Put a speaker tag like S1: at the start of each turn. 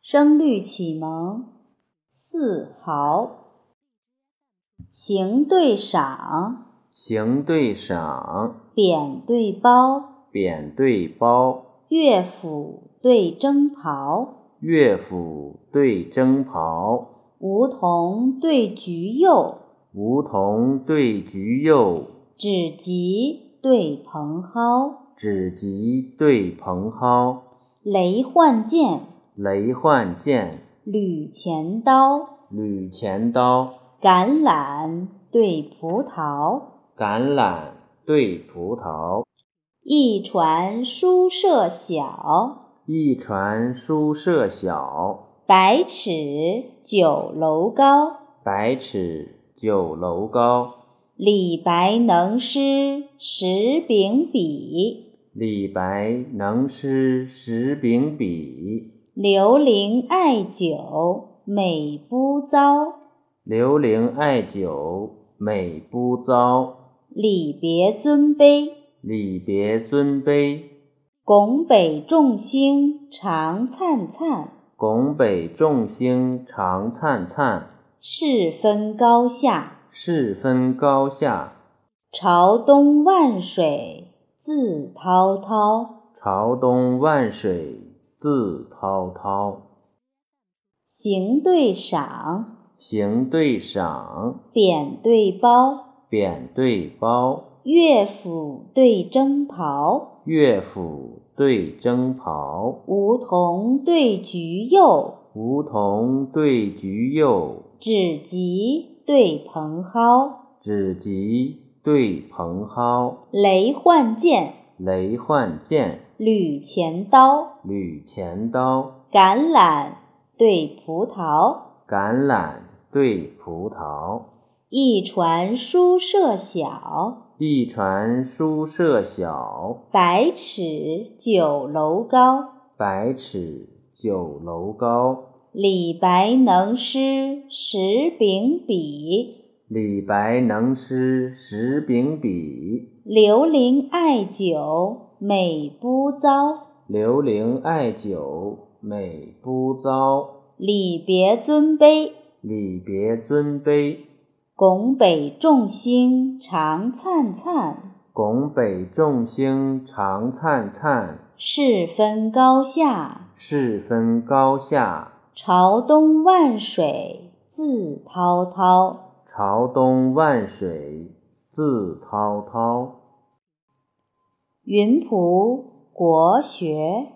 S1: 声律启蒙，四豪，行对赏，
S2: 行对赏，
S1: 扁对包，
S2: 扁对包，
S1: 乐府对征袍，
S2: 乐府对征袍，
S1: 梧桐对菊柚，
S2: 梧桐对菊柚，
S1: 指集对蓬蒿，
S2: 指集对蓬蒿，
S1: 雷幻剑，
S2: 雷幻剑，
S1: 吕钱刀，
S2: 吕钱刀，
S1: 橄榄对葡萄，
S2: 橄榄对葡萄，
S1: 一船书舍小，
S2: 一船书舍小，
S1: 百尺九楼高。
S2: 百尺九楼高。
S1: 李白能诗十秉笔，
S2: 李白能诗十秉笔，
S1: 刘伶爱酒美不糟。
S2: 刘伶爱酒美不糟。
S1: 礼别尊卑，
S2: 礼别尊卑，
S1: 拱北众星长灿灿。
S2: 拱北众星长灿灿。
S1: 世分高下，
S2: 世分高下，
S1: 朝东万水自滔滔。
S2: 朝东万水自滔滔。
S1: 行对赏，
S2: 行对赏，
S1: 扁对包，
S2: 扁对包，
S1: 乐府对征袍，
S2: 乐府对征袍，
S1: 梧桐对菊柚。
S2: 梧桐对菊柚，
S1: 指集对蓬蒿，
S2: 指集对蓬蒿，
S1: 雷幻剑，
S2: 雷幻剑，
S1: 吕钱刀，
S2: 吕钱刀，
S1: 橄榄对葡萄，
S2: 橄榄对葡萄，
S1: 一船书舍小，
S2: 一船书舍小，
S1: 百尺九楼高。
S2: 百尺九楼高。
S1: 李白能诗十秉笔，
S2: 李白能诗十秉笔，
S1: 刘伶爱酒美不糟。
S2: 刘伶爱酒美不糟。
S1: 礼别尊卑，
S2: 礼别尊卑，
S1: 拱北众星长灿灿。
S2: 拱北众星长灿灿。
S1: 世分高下，
S2: 世分高下，
S1: 朝东万水自滔滔，
S2: 朝东万水自滔滔。
S1: 云仆国学。